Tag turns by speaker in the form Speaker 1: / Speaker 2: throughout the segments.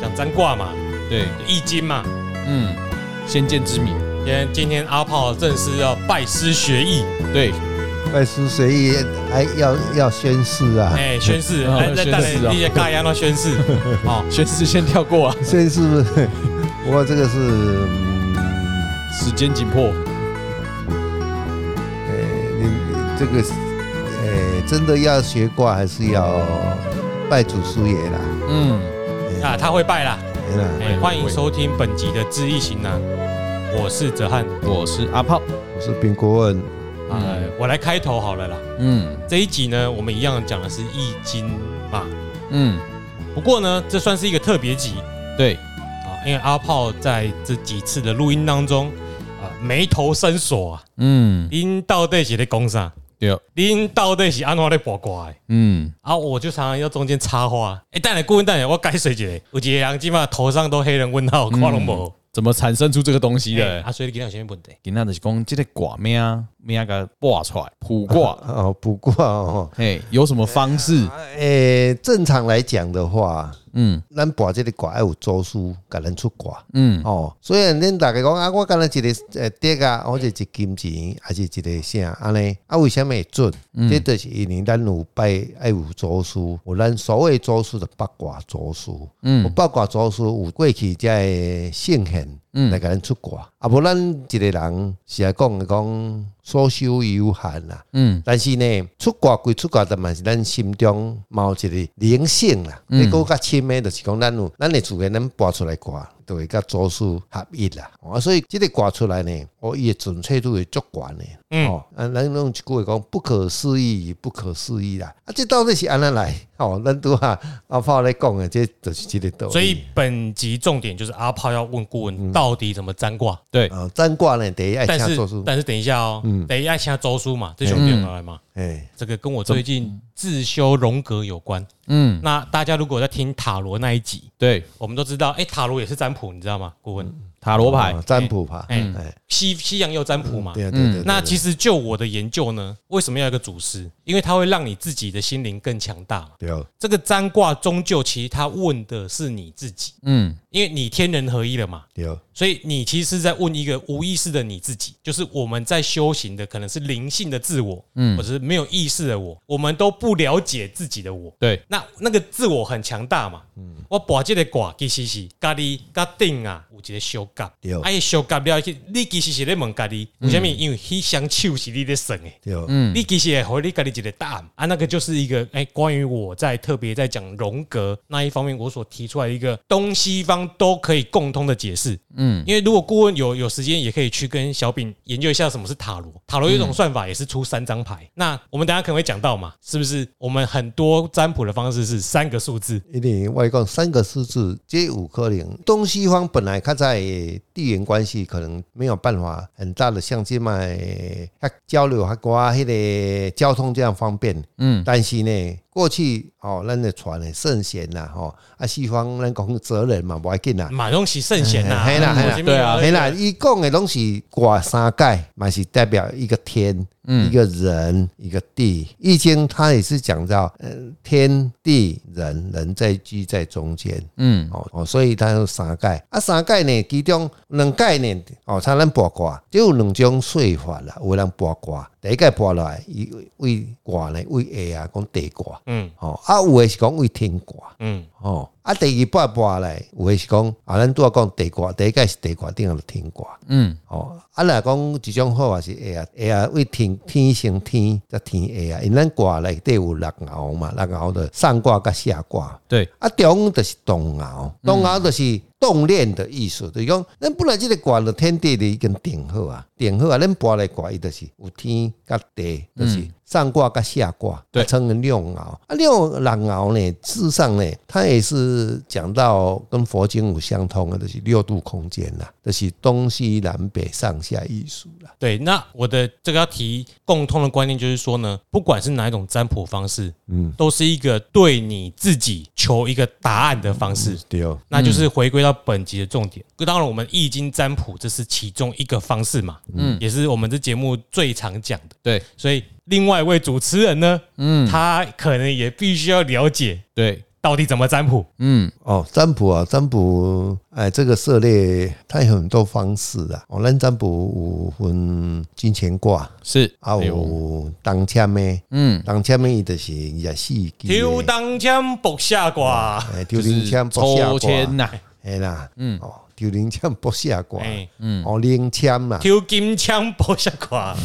Speaker 1: 讲占卦嘛，
Speaker 2: 对，
Speaker 1: 易经嘛。
Speaker 2: 嗯，先见之明，
Speaker 1: 今天今天阿炮正式要拜师学 艺，
Speaker 2: 对，
Speaker 3: 拜师学艺还哎要要宣誓啊，
Speaker 1: 哎，宣誓，
Speaker 2: 哦
Speaker 1: 来来带来
Speaker 2: 宣誓哦
Speaker 1: 你些尬呀，那宣 誓，哦，
Speaker 2: 宣誓先跳过啊，
Speaker 3: 宣誓。 不过这个是，嗯
Speaker 2: 时间紧迫，
Speaker 3: 呃，你你这个，呃，真的要学卦还是要拜祖师爷啦，
Speaker 2: 嗯，
Speaker 1: 啊，他会拜啦。
Speaker 3: 哎啦，
Speaker 1: 哎，欢迎收听本集的知易行难，我是哲翰，
Speaker 2: 我是阿炮，
Speaker 3: 我是丙国文，
Speaker 1: 呃，我来开头好了啦。
Speaker 2: 嗯
Speaker 1: 这一集呢，我们一样讲的是易经嘛，
Speaker 2: 嗯，
Speaker 1: 不过呢，这算是一个特别集
Speaker 2: 对，
Speaker 1: 啊，因为阿炮在这几次的录音当中啊，眉头深锁啊，
Speaker 2: 嗯
Speaker 1: 您到底是在讲啥？
Speaker 2: 对，哦
Speaker 1: 您到底是安怎在八卦的？
Speaker 2: 嗯
Speaker 1: 啊，我就常常要中间插话。哎、等下顾问，等下我解释一下，有一个人起码头上都黑人问号，看拢无。
Speaker 2: 怎么产生出这个东西
Speaker 1: 欸
Speaker 2: 的？
Speaker 1: 啊，所以你今天有什么问题？
Speaker 2: 今仔就是讲这个卦命啊，命个卦出来，卜卦，
Speaker 3: 哦，卜卦哦，
Speaker 2: 嘿，有什么方式？
Speaker 1: 哎
Speaker 3: 诶，正常来讲的话，
Speaker 2: 嗯
Speaker 3: 咱卜这个卦要有周书，甲咱出卦。
Speaker 2: 嗯
Speaker 3: 哦，虽然恁大家讲啊，我敢若一个诶碟啊，或者一金钱，还是一个啥安尼，啊，为什么会准？这就是因为咱有拜爱有祖师，有咱所谓祖师的八卦祖师，嗯，有八卦祖师有过去才会圣贤，嗯，来甲咱出卦，啊，无咱一个人是来讲的讲所修有啊限啦，
Speaker 2: 嗯
Speaker 3: 但是呢，出卦归出卦，但嘛是咱心中嘛有一个灵性啦。
Speaker 1: 嗯
Speaker 3: 你讲较深的，就是讲咱有咱的自然咱拔出来卦，就会甲祖师合一啦。哦，所以这个卦出来呢，哦，伊的准确度会足悬呢。
Speaker 1: 嗯
Speaker 3: 哦，啊，咱用一句话讲，不可思议，不可思议啦。啊，这到底是安怎来？哦，咱拄啊阿炮咧讲的，这就是这个道理。
Speaker 1: 所以本集重点就是阿炮要问顾问到底怎么占卦，
Speaker 2: 对，
Speaker 3: 啊，占卦呢，第一爱
Speaker 1: 但
Speaker 3: 请
Speaker 1: 是
Speaker 3: 祖师，
Speaker 1: 但是等一下哦，等一下请周叔嘛，这兄弟有来嘛，
Speaker 3: 哎，
Speaker 1: 这个跟我最近自修荣格有关。
Speaker 2: 嗯
Speaker 1: 那大家如果在听塔罗那一集，
Speaker 2: 对，
Speaker 1: 我们都知道，哎、塔罗也是占卜，你知道吗？顾问，
Speaker 2: 塔罗牌
Speaker 3: 哦，占卜牌，
Speaker 1: 哎
Speaker 3: 哎，
Speaker 1: 西西洋也有占卜嘛，嗯
Speaker 3: 对啊，对对对。
Speaker 1: 那
Speaker 3: 对
Speaker 1: 其实就我的研究呢，为什么要有一个祖师？因为它会让你自己的心灵更强大嘛。
Speaker 3: 对哦，
Speaker 1: 这个占卦终究其实它问的是你自己，
Speaker 2: 嗯
Speaker 1: 因为你天人合一了嘛，
Speaker 3: 对哦，
Speaker 1: 所以你其实是在问一个无意识的你自己，就是我们在修行的可能是灵性的自我，嗯，或者是没有意识的我，我们都不了解自己的我。
Speaker 2: 对，
Speaker 1: 那那个自我很强大嘛，嗯，我把这个卦其实是家己家定啊，有一个修改
Speaker 3: 对，
Speaker 1: 啊，伊修改了，你其实是咧问家己，为什么？因为迄双手是你咧算的。
Speaker 3: 对哦，
Speaker 1: 你其实也回你家己一个答案啊，那个就是一个哎、关于我在特别在讲荣格那一方面，我所提出来一个东西方都可以共通的解释。嗯，因为如果顾问有有时间，也可以去跟小饼研究一下什么是塔罗。塔罗有一
Speaker 3: 嗯
Speaker 1: 种算法也是出三张牌，那我们等一下可能会讲到嘛，是不是？我们很多占卜的方式是三个数字，
Speaker 3: 因为我讲三个数字，这有可能东西方本来较在地缘关系可能没有办法很大的像这卖交流较寡迄个交通这样方便，
Speaker 2: 嗯
Speaker 3: 但是呢，过去哦，咱的船的圣贤啦，吼啊，西方咱讲责任嘛，无要紧啊啦，
Speaker 1: 马东西圣贤呐，
Speaker 3: 嘿啦嘿啦
Speaker 1: 我前面
Speaker 2: 对啊
Speaker 1: 有
Speaker 3: 嘿啦，伊讲的拢是挂三界，嘛是代表一个天、
Speaker 2: 嗯
Speaker 3: 一个人、一个地。易经它也是讲到，呃，天地人，人在居在中间。
Speaker 2: 嗯
Speaker 3: 哦哦，所以它有三界啊，三界呢，其中两界呢，哦，像咱八卦，只有两种说法啦。有人八卦，第一界八落来，伊为卦呢，为下啊，讲地卦，
Speaker 1: 嗯
Speaker 3: 哦，啊，有的是讲为天卦，
Speaker 1: 嗯，
Speaker 3: 哦，啊，第二八卦来，有的是讲啊，咱拄啊讲地卦，第一界是地卦，顶下就天卦，
Speaker 2: 嗯
Speaker 3: 哦，啊，若讲一种好啊是下啊，下啊为天天生天，则天下啊，因咱卦内底有六爻嘛，六爻的上卦甲下卦。
Speaker 2: 对，
Speaker 3: 啊，中就是动熬，动熬就是动练的意思，就是讲，咱本来这个卦就天地已经定好啊，定好啊，咱搬来卦伊就是有天甲地，就是上卦甲下卦，
Speaker 2: 对
Speaker 3: 称为六爻。啊，六六爻呢，事实上呢，它也是讲到跟佛经有相通的，就是六度空间啦，就是东西南北上下艺术啦。
Speaker 1: 对，那我的这个要提共通的观念就是说呢，不管是哪一种占卜方式，嗯，都是一个对你自己求一个答案的方式，
Speaker 3: 对
Speaker 1: 那就是回归到本集的重点。当然，我们易经占卜这是其中一个方式嘛，嗯，也是我们这节目最常讲的。
Speaker 2: 对
Speaker 1: 所以，另外一位主持人呢，嗯，他可能也必须要了解
Speaker 2: 对，
Speaker 1: 到底怎么占卜？
Speaker 2: 嗯，
Speaker 3: 哦，占卜啊，占卜，哎，这个涉猎它有很多方式啊。哦，咱占卜有分金钱卦，
Speaker 2: 是
Speaker 3: 啊
Speaker 2: 哎呦
Speaker 3: 有当签的，
Speaker 2: 嗯，
Speaker 3: 当签的伊就是也是
Speaker 1: 丢当枪卜下卦，
Speaker 3: 哎，
Speaker 2: 就
Speaker 3: 丢零
Speaker 2: 是
Speaker 3: 签卜
Speaker 2: 抽
Speaker 3: 下
Speaker 2: 签
Speaker 3: 卦，
Speaker 2: 呐，
Speaker 3: 哎啦，嗯，哦，丢零签卜下卦，
Speaker 1: 哎，
Speaker 2: 嗯
Speaker 3: 哦，零签嘛，
Speaker 1: 丢金枪卜下卦，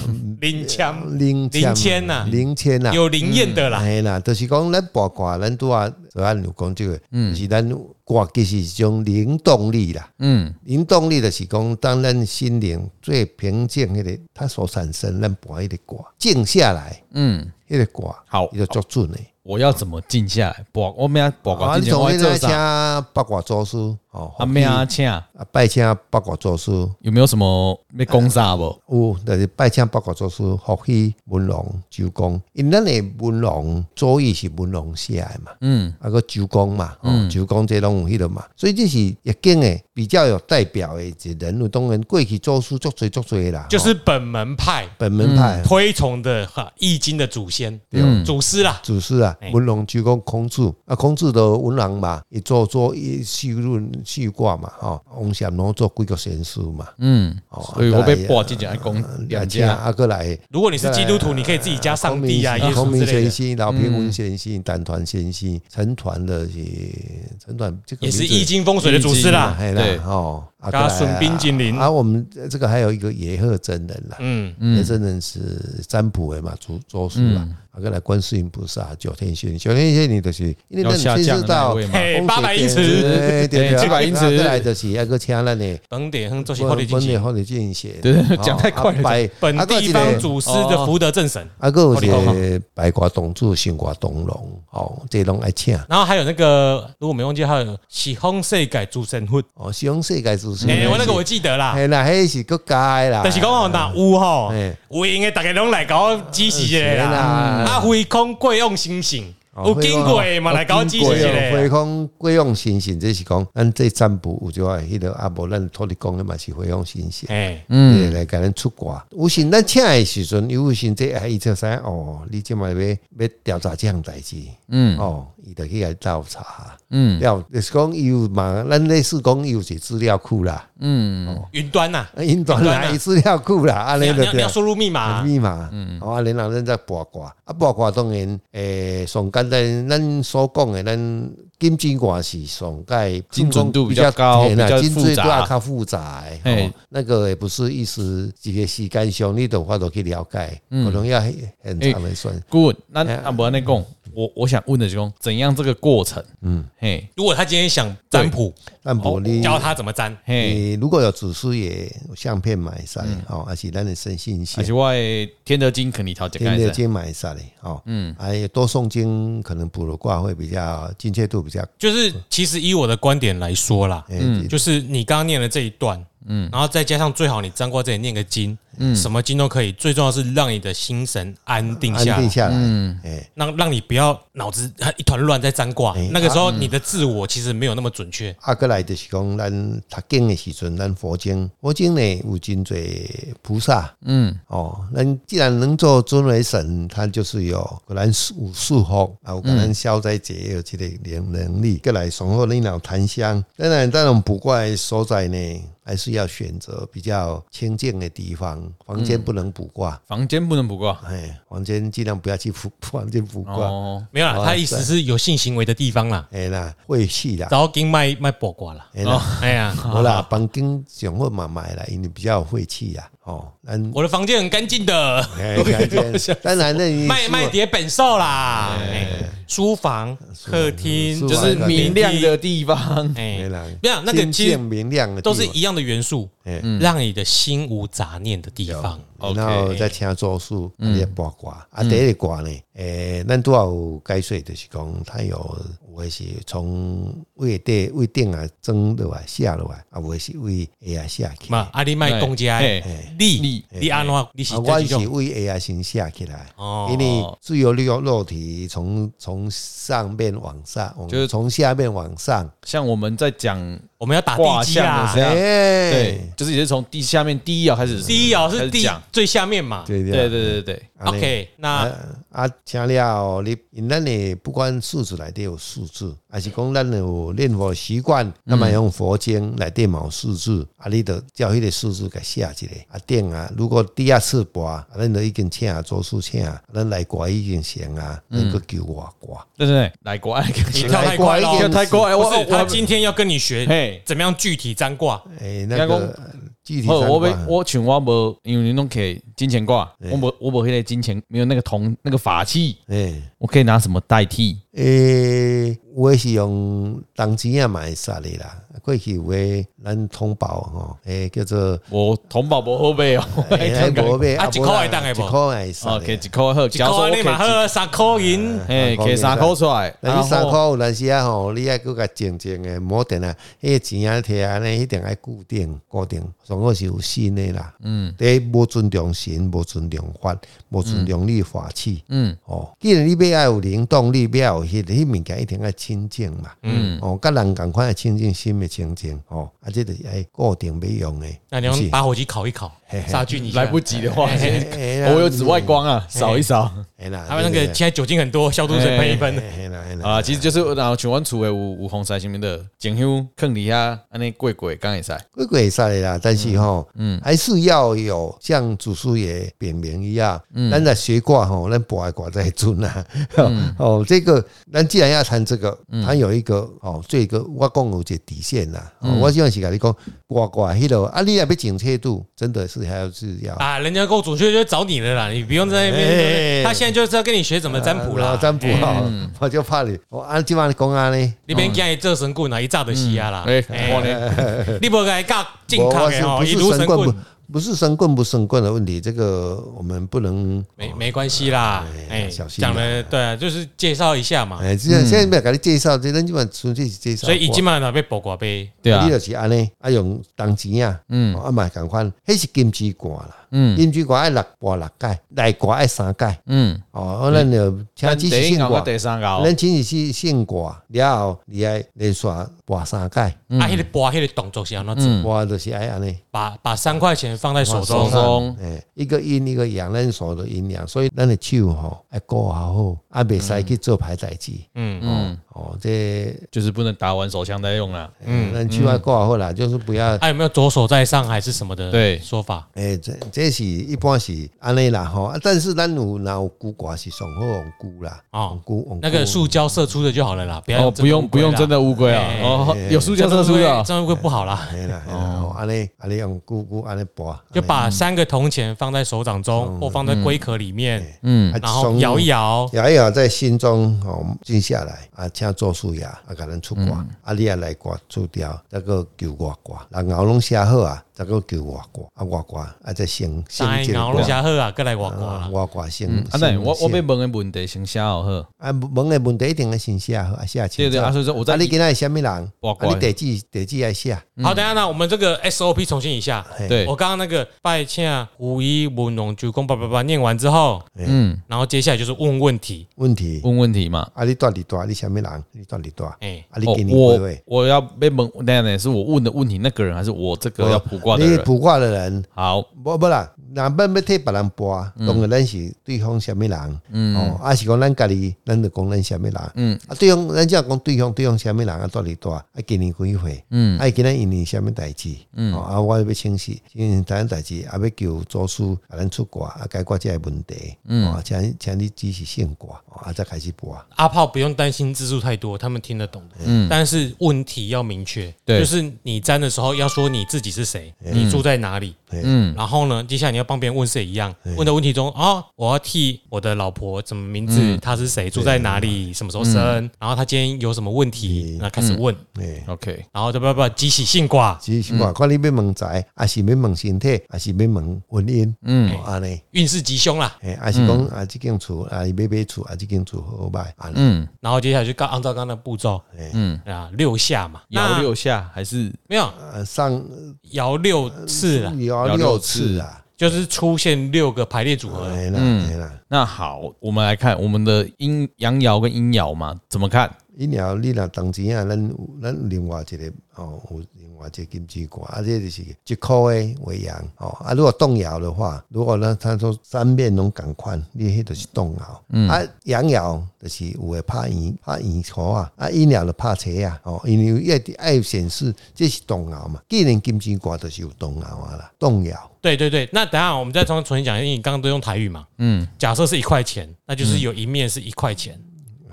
Speaker 1: 零枪
Speaker 3: 零
Speaker 1: 零签
Speaker 2: 啊
Speaker 1: 呐
Speaker 3: 零签啊呐，
Speaker 1: 有灵验的啦，
Speaker 3: 哎啦，就是讲咱八卦，咱拄啊，就按有讲这个，就是咱卦其实是一种灵动力啦。
Speaker 2: 嗯，
Speaker 3: 灵动力就是讲，当咱心灵最平静迄、个，它所产生咱盘迄个卦静下来，
Speaker 2: 嗯，
Speaker 3: 迄、个卦
Speaker 2: 好
Speaker 3: 伊就作准的。
Speaker 2: 我要怎么静下来？卜，我们要卜卦之
Speaker 3: 啊你
Speaker 2: 前我
Speaker 3: 从
Speaker 2: 要做
Speaker 3: 那请
Speaker 2: 啥？
Speaker 3: 八卦祖师哦，
Speaker 2: 阿妹啊，请
Speaker 3: 啊拜请八卦祖师，
Speaker 2: 有没有什么要讲啥不？
Speaker 3: 有就是拜请八卦祖师，伏羲、文龙、周公，因咱的文龙周易是文龙写的嘛，
Speaker 2: 嗯，
Speaker 3: 啊个周公嘛，哦，周公这拢有迄落嘛，所以这是易经的比较有代表的一个人物，当然过去祖师足侪足侪啦，
Speaker 1: 就是嗯
Speaker 3: 哦
Speaker 1: 本门派
Speaker 3: 本门派。啊
Speaker 1: 推崇的哈《易经》的祖先
Speaker 3: 哦
Speaker 2: 嗯
Speaker 1: 祖师啦，
Speaker 3: 祖师啊
Speaker 1: 哎，
Speaker 3: 文龙就讲孔子啊，孔子的文人嘛，伊做做伊四论四卦嘛，吼、王禅龙做几个神书嘛，
Speaker 2: 嗯，
Speaker 3: 哦
Speaker 2: 所以我被卜之前要讲
Speaker 3: 啊
Speaker 2: 两
Speaker 3: 请
Speaker 2: 家，
Speaker 3: 啊哥来，
Speaker 1: 如果你是基督徒，你可以自己加上帝啊、耶
Speaker 3: 啊孔
Speaker 1: 稣
Speaker 3: 明
Speaker 1: 之类
Speaker 3: 先
Speaker 1: 的，
Speaker 3: 生、老平文先生、单团先生、陈团的是陈团，这个
Speaker 1: 也是
Speaker 3: 名字
Speaker 1: 易经风水的祖师啦。
Speaker 3: 嘿
Speaker 2: 对
Speaker 3: 啦，哦，啊
Speaker 1: 加孙膑金陵
Speaker 3: 啊，我们这个还有一个野鹤真人啦，
Speaker 1: 嗯，
Speaker 3: 野真人是占卜的嘛，祖祖师啦，
Speaker 2: 嗯
Speaker 3: 啊，再来观世音菩萨、九天玄女，九天玄女就是因为
Speaker 2: 要
Speaker 3: 咱
Speaker 2: 下
Speaker 3: 牵
Speaker 2: 降的
Speaker 3: 涉
Speaker 2: 那
Speaker 3: 到
Speaker 2: 位嘛，
Speaker 1: 嘿，哎八百英
Speaker 3: 对
Speaker 1: 尺，
Speaker 3: 对对对，
Speaker 2: 嗯 对700英尺
Speaker 3: 啊再来就是一个请咱的。
Speaker 1: 本点哼，这些后
Speaker 3: 本
Speaker 1: 地进
Speaker 3: 地
Speaker 1: 行。
Speaker 3: 或者进行，
Speaker 2: 对对对
Speaker 3: 哦
Speaker 2: 讲太快了
Speaker 3: 啊拜
Speaker 1: 本
Speaker 3: 啊还有一
Speaker 1: 地
Speaker 3: 个
Speaker 1: 方祖师的福德正神，
Speaker 3: 啊，个有一
Speaker 1: 好
Speaker 3: 个白瓜董主、新瓜董龙，哦，这拢爱请。
Speaker 1: 然后还有那个，如果没忘记，还有喜风世改主神婚。
Speaker 3: 哦，西方世界主持人
Speaker 1: 哎，我那个我记得啦，
Speaker 3: 系啦，迄是国家的啦。
Speaker 1: 但是讲哦，那有吼
Speaker 3: 嘿，嗯
Speaker 1: 有闲的大家拢来搞我支持一下
Speaker 3: 是
Speaker 1: 啦。
Speaker 3: 啦
Speaker 1: 啊，飞空贵用星星，
Speaker 3: 哦
Speaker 1: 有经过的嘛来搞我支持一
Speaker 3: 回
Speaker 1: 下。
Speaker 3: 空贵用新鲜，这是讲咱这占卜有种迄个啊，无咱托你讲的嘛是回用新鲜。
Speaker 1: 哎，
Speaker 3: 嗯，来甲咱出卦。有时咱请的时阵，有时这啊，伊就知哦，你即摆要要调查即项代志，嗯，哦，伊就去甲调查，嗯，调就是讲伊有嘛，咱类似讲伊有一个资料库啦，
Speaker 1: 云端呐，
Speaker 3: 啊因端
Speaker 1: 云端啊
Speaker 3: 来伊资料库啦，安
Speaker 1: 你
Speaker 3: 尼
Speaker 1: 要
Speaker 2: 啊
Speaker 1: 你要
Speaker 3: 就啊对
Speaker 1: 你
Speaker 3: 了
Speaker 1: 要。输入密码，
Speaker 3: 密码，嗯，啊，然后咱再八卦，啊，八卦当然，诶，上简单，咱所讲的，咱金针卦是上介
Speaker 2: 精准度比较高
Speaker 3: 嘿啦
Speaker 2: 比较
Speaker 3: 精
Speaker 2: 复
Speaker 3: 准度
Speaker 2: 杂
Speaker 3: 也较复杂的，
Speaker 2: 嘿
Speaker 3: 哦，那个也不是一时一个时间上你都法度去了解，
Speaker 2: 嗯
Speaker 3: 可能要很长的算，
Speaker 2: 顾问，那那不然那讲，我我想问的就是说，怎样这个过程？嗯，嘿，
Speaker 1: 如果他今天想占卜，哦
Speaker 3: 但无你。
Speaker 2: 哦
Speaker 3: 呃
Speaker 1: 教他怎么占。
Speaker 2: 嘿，
Speaker 3: 你如果有指数也有相片买晒
Speaker 2: 嗯
Speaker 3: 哦，而且咱的身心线
Speaker 2: 而且我的天德金肯定头解
Speaker 3: 天的
Speaker 2: 开
Speaker 3: 金买晒嘞哦，嗯，还有多诵经可能卜了卦会比较呃精确度比较
Speaker 1: 就是其实以我的观点来说啦，
Speaker 3: 嗯，
Speaker 1: 就是你刚刚念的这一段，嗯，然后再加上最好你沾过这里念个经，嗯，什么经都可以，最重要是让你的心神安定
Speaker 3: 安
Speaker 1: 下
Speaker 3: 定
Speaker 1: 来。
Speaker 3: 下来，嗯，哎，
Speaker 1: 让让你不要脑子一团乱在占卦，那个时
Speaker 3: 嗯
Speaker 1: 候你的自我其实没有那么准确。
Speaker 3: 啊，过来就是讲咱读经的时阵，咱佛经，佛经呢有真侪菩萨，嗯，哦，咱既然能做尊为神，他就是有可能有束缚，啊，有可能消灾解厄这个能能力，过来从后你脑檀香，当然这种补卦的所在呢，还是要选择比较清净的地方，房间不能卜卦。
Speaker 2: 房间不能卜卦
Speaker 3: 哎，房间尽 量不要去卜，房间卜卦，
Speaker 2: 哦，
Speaker 1: 没有啦，
Speaker 3: 哦
Speaker 1: 他意思是有性行为的地方啦，
Speaker 3: 哎啦，晦气啦，
Speaker 1: 然后跟卖卖卜卦啦。
Speaker 3: 哎啦，
Speaker 1: 哎呀，
Speaker 3: 好啦，房间上好嘛买啦，因为比较有晦气啦。哦，咱
Speaker 1: 我的房间很干净的，
Speaker 3: 哎房间当然那你
Speaker 1: 卖卖碟本寿啦，哎书房、客厅
Speaker 3: 书房
Speaker 2: 就是
Speaker 1: 电梯
Speaker 2: 明亮的地方。
Speaker 1: 哎
Speaker 3: 没啦，
Speaker 1: 没有那个
Speaker 3: 清
Speaker 1: 其实
Speaker 3: 净明亮的
Speaker 1: 都是
Speaker 3: 地
Speaker 1: 一样的元素，
Speaker 3: 哎
Speaker 1: 让你的心无杂念的地方。
Speaker 3: 方然后再请做数，
Speaker 1: 嗯
Speaker 3: 你也八卦啊，第一个卦呢，诶，咱都要有解说，就是讲它有有的是从胃底胃顶啊蒸落来下落来，啊，有的是胃下啊下去，
Speaker 1: 嘛
Speaker 3: 啊，，
Speaker 1: 阿里卖公家
Speaker 2: 嘿
Speaker 1: 的，你
Speaker 2: 哎你
Speaker 1: 你安怎你是
Speaker 3: 我
Speaker 1: 这
Speaker 3: 是
Speaker 1: 种
Speaker 3: 胃下啊先下起来。因
Speaker 1: 哦，
Speaker 3: 为自由肉肉体从从上面往上，往
Speaker 2: 就是
Speaker 3: 从下面往上，
Speaker 2: 像我们在讲
Speaker 1: 我们要打
Speaker 2: 卦
Speaker 1: 地基啊啦
Speaker 2: 象的时，候，
Speaker 3: 哎，
Speaker 2: 对，就是也是从地下面第一爻开始，
Speaker 1: 第一爻
Speaker 2: 开
Speaker 1: E 是
Speaker 2: 始
Speaker 1: 地
Speaker 2: 嗯讲
Speaker 1: 最下面嘛。
Speaker 3: 对
Speaker 2: 对
Speaker 3: 对对。
Speaker 2: 对对对，
Speaker 3: 安尼
Speaker 1: OK，那
Speaker 3: 啊啊，请了后，你因咱呢不管数字内底有数字，啊，还是讲咱有念佛习惯，那么用佛经来电毛数字，啊，你得照迄个数字给写一个啊，定啊。如果第二次跋，啊，咱就已经请啊，做数请啊，咱来挂已经成啊，咱个求外挂。
Speaker 2: 对对对，来过来，
Speaker 1: 你跳太快了
Speaker 3: 来
Speaker 1: 哦
Speaker 3: 挂已经
Speaker 2: 太过来，
Speaker 1: 不
Speaker 2: 我
Speaker 1: 是，
Speaker 2: 我
Speaker 1: 他今天要跟你学
Speaker 2: 嘿，
Speaker 1: 怎么样具体占卦，
Speaker 3: 诶，
Speaker 2: 应该
Speaker 3: 那
Speaker 2: 讲
Speaker 3: 个具体
Speaker 2: 好，
Speaker 3: 三啊
Speaker 2: 我
Speaker 3: 挂
Speaker 2: 要我像我无，因为你拢可以金钱挂，我无我无迄个金钱，没有那个铜那个法器，
Speaker 3: 诶。
Speaker 2: 我可以拿什么代替？
Speaker 3: 诶、哎有诶是用当钱也嘛会杀的啦。过去有诶，咱通报吼，诶、叫做
Speaker 2: 我铜宝无好买哦，
Speaker 3: 诶，哎无买
Speaker 1: 啊一块会当的
Speaker 3: 一
Speaker 1: 无
Speaker 3: 块会杀
Speaker 2: 哦，给
Speaker 3: 的。
Speaker 2: 一块好，
Speaker 1: 一
Speaker 2: 假如说
Speaker 1: 块
Speaker 2: 我
Speaker 1: 你嘛
Speaker 2: 可
Speaker 1: 喝三块银，
Speaker 2: 以，哎，给三块出来，
Speaker 3: 那
Speaker 2: 然
Speaker 3: 你三
Speaker 2: 后
Speaker 3: 块有阵时啊吼，你爱搁甲静静诶，无定啊，迄个钱啊摕安尼，一定爱固定固定，上好是有新诶啦。嗯，第一无尊重神，无尊重法，无尊重你的法器。
Speaker 2: 嗯，
Speaker 3: 哦，既然你要爱有灵动，你要有迄迄物件一定爱清净嘛。
Speaker 1: 嗯，
Speaker 3: 哦，甲人共款诶清净心诶清净哦，啊，这就是爱固定要用诶。
Speaker 1: 那啊你用打火机烤一烤，杀菌一下。
Speaker 2: 来不及的话，
Speaker 3: 哎
Speaker 2: 我有紫外光啊，扫一扫
Speaker 3: 哎啦，
Speaker 1: 他们那个现在酒精很多，消毒水喷一喷，
Speaker 3: 哎啦哎啦，
Speaker 2: 啊，其实就是然后像阮厝诶有有防晒什么的，整香坑底下安尼过过刚会使，
Speaker 3: 贵贵晒啦，但是吼，嗯，还是要有像祖师爷扁明一样，咱在学卦吼，咱博爱卦在准啊。 哦，这个咱既然要谈这个，它有一个哦，做一个我讲有一个底线啦。哦我希望是甲你讲，卦卦迄个啊，你若要警切度，真的是还要是要
Speaker 1: 啊，人家够准确就会找你了啦，你不用在那边。
Speaker 3: 哎
Speaker 1: 对不对他现在就是要跟你学怎么占卜
Speaker 3: 啊
Speaker 1: 啦，
Speaker 3: 占卜好， 我就怕你，哦我按今晚讲安呢。
Speaker 1: 你边讲这神棍啊，一炸的死啊啦，
Speaker 2: 哎，我呢，
Speaker 1: 你不该搞健
Speaker 3: 我
Speaker 1: 康
Speaker 3: 我
Speaker 1: 的
Speaker 3: 是
Speaker 1: 哦，
Speaker 3: 不
Speaker 1: 以
Speaker 3: 是
Speaker 1: 毒神
Speaker 3: 神棍
Speaker 1: 棍
Speaker 3: 不不是神棍不神棍的问题，这个我们不能
Speaker 1: 没没关系啦，
Speaker 3: 哎
Speaker 1: 哎，
Speaker 3: 小心啊
Speaker 1: 讲了对啊，就是介绍一下嘛，
Speaker 3: 哎，
Speaker 2: 嗯
Speaker 3: 现在现在不要给你介绍，这咱就本纯粹是介绍。
Speaker 1: 啊所以已经嘛啊那被包挂呗，
Speaker 2: 对啊
Speaker 3: 你，就是安尼，啊用铜钱啊，嗯，啊嘛共款，迄是金枝冠啦，嗯，金枝冠爱六挂六届，内挂爱三届，
Speaker 2: 嗯，
Speaker 3: 哦，啊咱就请
Speaker 2: 第
Speaker 3: 只是
Speaker 2: 一
Speaker 3: 信
Speaker 2: 我
Speaker 3: 挂，
Speaker 2: 第三个哦
Speaker 3: 咱，只是信挂了后，你爱连续挂三届，
Speaker 1: 啊，那个拔那个动作是安怎做？
Speaker 3: 挂就是爱安尼。
Speaker 1: 把把三块钱放在手
Speaker 2: 嗯手
Speaker 1: 中，
Speaker 2: 中
Speaker 3: 诶，一个阴一个阳，咱所的阴阳，所以咱的手吼，要顾好好，啊，袂使去做歹代志。
Speaker 1: 嗯，
Speaker 2: 嗯，
Speaker 3: 哦，这
Speaker 2: 就是不能打完手枪再用啦，
Speaker 3: 嗯，咱手要顾好啦，就是不要。
Speaker 1: 啊还有没有左手在上还是什么的？
Speaker 2: 对
Speaker 1: 说法，
Speaker 3: 诶、这这是一般是安尼啦吼，啊，但是咱有若有菇瓜是上好用菇啦，
Speaker 1: 哦
Speaker 3: 用菇用菇
Speaker 1: 那个塑胶射出的就好了啦，不哎要
Speaker 2: 哦，不用不用真的乌龟啊，哦，有塑胶射出的啊，
Speaker 1: 真的会不好啦。
Speaker 3: 嘿啦，嘿啦吼，安尼安尼用菇菇安尼剥，
Speaker 1: 哦就把三个铜钱放在手掌
Speaker 3: 哦
Speaker 1: 中，或放在龟壳里面，
Speaker 2: 嗯，
Speaker 3: 安尼
Speaker 1: 然后摇一，摇，
Speaker 3: 啊双摇一摇，在心中吼静下来啊，请做数呀，啊，甲咱出瓜，
Speaker 1: 嗯
Speaker 3: 啊，你也来瓜出掉，再个求外瓜，然后拢写好啊，再个求外瓜，啊外瓜啊再先
Speaker 1: 三
Speaker 3: 先
Speaker 1: 熬龙虾喝啊，过来我我
Speaker 3: 啊
Speaker 1: 啦。
Speaker 3: 外瓜先
Speaker 2: 嗯，，啊，那
Speaker 3: 先
Speaker 2: 我我
Speaker 3: 先
Speaker 2: 要问的问题先哦写好好，
Speaker 3: 啊，问的问题一定要先写好，啊写清
Speaker 2: 对对，
Speaker 3: 楚
Speaker 2: 啊，所以说我
Speaker 3: 啊，
Speaker 2: 在
Speaker 3: 你今仔是虾米人？
Speaker 2: 我
Speaker 3: 啊，你地址地址爱写。
Speaker 1: 好，等一下呢，我们这个 SOP 重新一下。
Speaker 3: 嗯嘿
Speaker 2: 对
Speaker 1: 哎我刚刚那个拜欠五一文龙鞠躬叭叭叭念完之后，
Speaker 2: 嗯
Speaker 1: 然后接下来就是问问题。
Speaker 3: 问题，
Speaker 2: 问问题嘛，
Speaker 3: 啊，你住伫大，你虾米人？你住伫大，啊，
Speaker 1: 哎，
Speaker 3: 你
Speaker 2: 哦
Speaker 3: 今年几
Speaker 2: 我
Speaker 3: 岁？
Speaker 2: 我要被问，那那是我问的问题那个人，还是我这个要卜卦的
Speaker 3: 你
Speaker 2: 人？
Speaker 3: 卜卦的人，
Speaker 2: 好，
Speaker 3: 无无啦，若要要替别人卜，当然咱是对方虾米人，哦，啊是讲咱家己，咱就讲咱虾米人，嗯，啊对方咱只要讲对方对方虾米人啊，住伫大，啊今年几岁？嗯，啊今年一年虾米代志？嗯，啊我要清洗，因为咱代志啊要求做师甲咱出卦啊解决这个问题，嗯，啊请请你只是现卦，哦啊再开始卜。
Speaker 1: 阿炮不用担心字数太多，他们听得懂的。但是问题要明确，
Speaker 2: 对
Speaker 1: 就是你粘的时候要说你自己是谁，你住在哪里。
Speaker 2: 嗯
Speaker 1: 然后呢，接下来你要帮别人问谁一样，问的问题中哦，我要替我的老婆什么名字，她是谁，住在哪里，什么时候生，然后她今天有什么问题，那开始问，
Speaker 3: 诶，
Speaker 2: ，OK，
Speaker 1: 然后不不不，集喜性卦，
Speaker 3: 只是看看你要问财，还是要问身体，还是要问婚姻，嗯，安尼，
Speaker 1: 运势吉凶啦。
Speaker 3: 诶，还是讲啊，即间厝啊，你买买厝啊，即间厝好歹，安尼，
Speaker 2: 嗯，
Speaker 1: 然后接下来就刚按照刚刚的步骤，嗯啊，六下嘛，
Speaker 2: 摇
Speaker 1: 那
Speaker 2: 六下还是
Speaker 1: 没有
Speaker 3: 啊，上
Speaker 1: 摇六次啦，
Speaker 3: 摇六次啊，
Speaker 1: 就是出现六啊个排列组合啦。
Speaker 3: 哎啦哎啦，
Speaker 2: 那好，我们来看我们的阴阳爻跟阴爻嘛，怎么看？
Speaker 3: 伊了你若当钱啊，咱有咱有另外一个哦，有另外一个金枝冠，啊，这就是一箍诶为阳哦。啊，如果动摇的话，如果呢，他说三面拢共款，你迄就是动摇。啊，阳爻就是有诶拍圆拍圆箍啊，啊阴爻就拍斜啊。哦，因为一直爱显示这是动摇嘛，既然金枝冠就是有动摇啊啦，动摇。
Speaker 1: 对对对，那等一下我们再重重新讲，因为你刚刚都用台语嘛。
Speaker 2: 嗯，
Speaker 1: 假设是一块钱，那就是有一面是一块钱，
Speaker 3: 哎